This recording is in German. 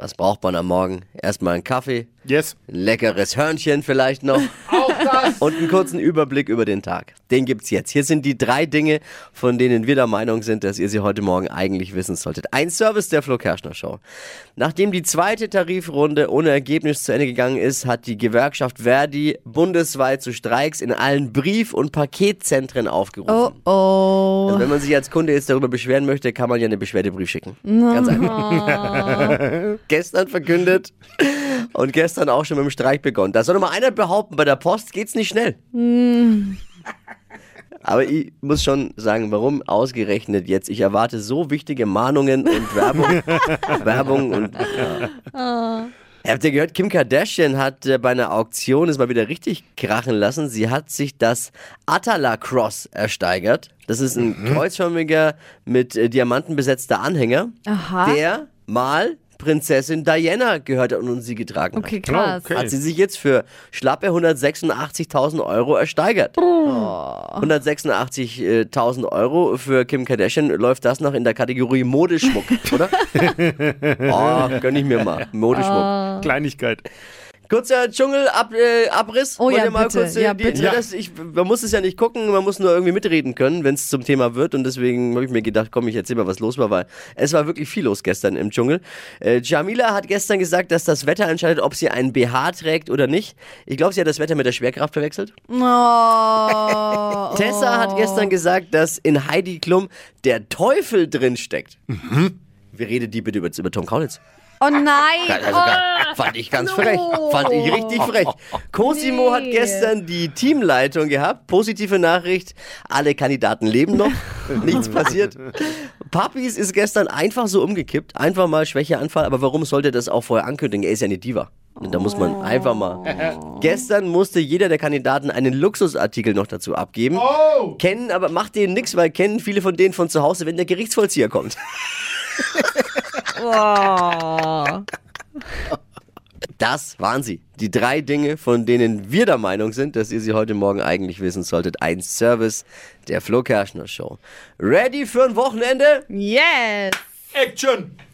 Was braucht man am Morgen? Erstmal einen Kaffee, Yes. ein leckeres Hörnchen vielleicht noch Auch das. und einen kurzen Überblick über den Tag. Den gibt's jetzt. Hier sind die drei Dinge, von denen wir der Meinung sind, dass ihr sie heute Morgen eigentlich wissen solltet. Ein Service der Flo Kerschner Show. Nachdem die zweite Tarifrunde ohne Ergebnis zu Ende gegangen ist, hat die Gewerkschaft Verdi bundesweit zu Streiks in allen Brief- und Paketzentren aufgerufen. Oh oh. Also wenn man sich als Kunde jetzt darüber beschweren möchte, kann man ja einen Beschwerdebrief schicken. Ganz einfach. gestern verkündet und gestern auch schon mit dem Streik begonnen. Da soll doch mal einer behaupten, bei der Post geht's nicht schnell. Aber ich muss schon sagen, warum ausgerechnet jetzt? Ich erwarte so wichtige Mahnungen und Werbung. Werbung und. Ja. Habt ihr gehört, Kim Kardashian hat äh, bei einer Auktion es mal wieder richtig krachen lassen. Sie hat sich das Atala Cross ersteigert. Das ist ein kreuzförmiger, mit äh, Diamanten besetzter Anhänger, Aha. der mal Prinzessin Diana gehört hat und um sie getragen hat. Okay, krass. Okay. Hat sie sich jetzt für schlappe 186.000 Euro ersteigert. 186.000 Euro für Kim Kardashian läuft das noch in der Kategorie Modeschmuck, oder? oh, gönn ich mir mal. Modeschmuck. Kleinigkeit. Kurzer Dschungelabriss. Äh, Abriss. Oh Wollt ja, ihr mal bitte. kurz, äh, Ja, die- bitte. Ja, Das, ich, man muss es ja nicht gucken, man muss nur irgendwie mitreden können, wenn es zum Thema wird. Und deswegen habe ich mir gedacht, komm, ich erzähl mal, was los war, weil es war wirklich viel los gestern im Dschungel. Äh, Jamila hat gestern gesagt, dass das Wetter entscheidet, ob sie einen BH trägt oder nicht. Ich glaube, sie hat das Wetter mit der Schwerkraft verwechselt. Oh. Tessa hat gestern gesagt, dass in Heidi Klum der Teufel drin steckt. Mhm. Wir reden die bitte über, über Tom Kaulitz. oh nein. Also, gar- fand ich ganz frech. Fand ich richtig frech. Cosimo Nee. hat gestern die Teamleitung gehabt. Positive Nachricht. Alle Kandidaten leben noch. Nichts passiert. Papis ist gestern einfach so umgekippt. Einfach mal Schwächeanfall. Aber warum sollte das auch vorher ankündigen? Er ist ja eine Diva. Und Da muss man einfach mal. Gestern musste jeder der Kandidaten einen Luxusartikel noch dazu abgeben. Oh. Kennen, aber macht denen nichts, weil kennen viele von denen von zu Hause, wenn der Gerichtsvollzieher kommt. Oh. Das waren sie. Die drei Dinge, von denen wir der Meinung sind, dass ihr sie heute Morgen eigentlich wissen solltet. Ein Service der Flo Kerschner Show. Ready für ein Wochenende? Yes. Action.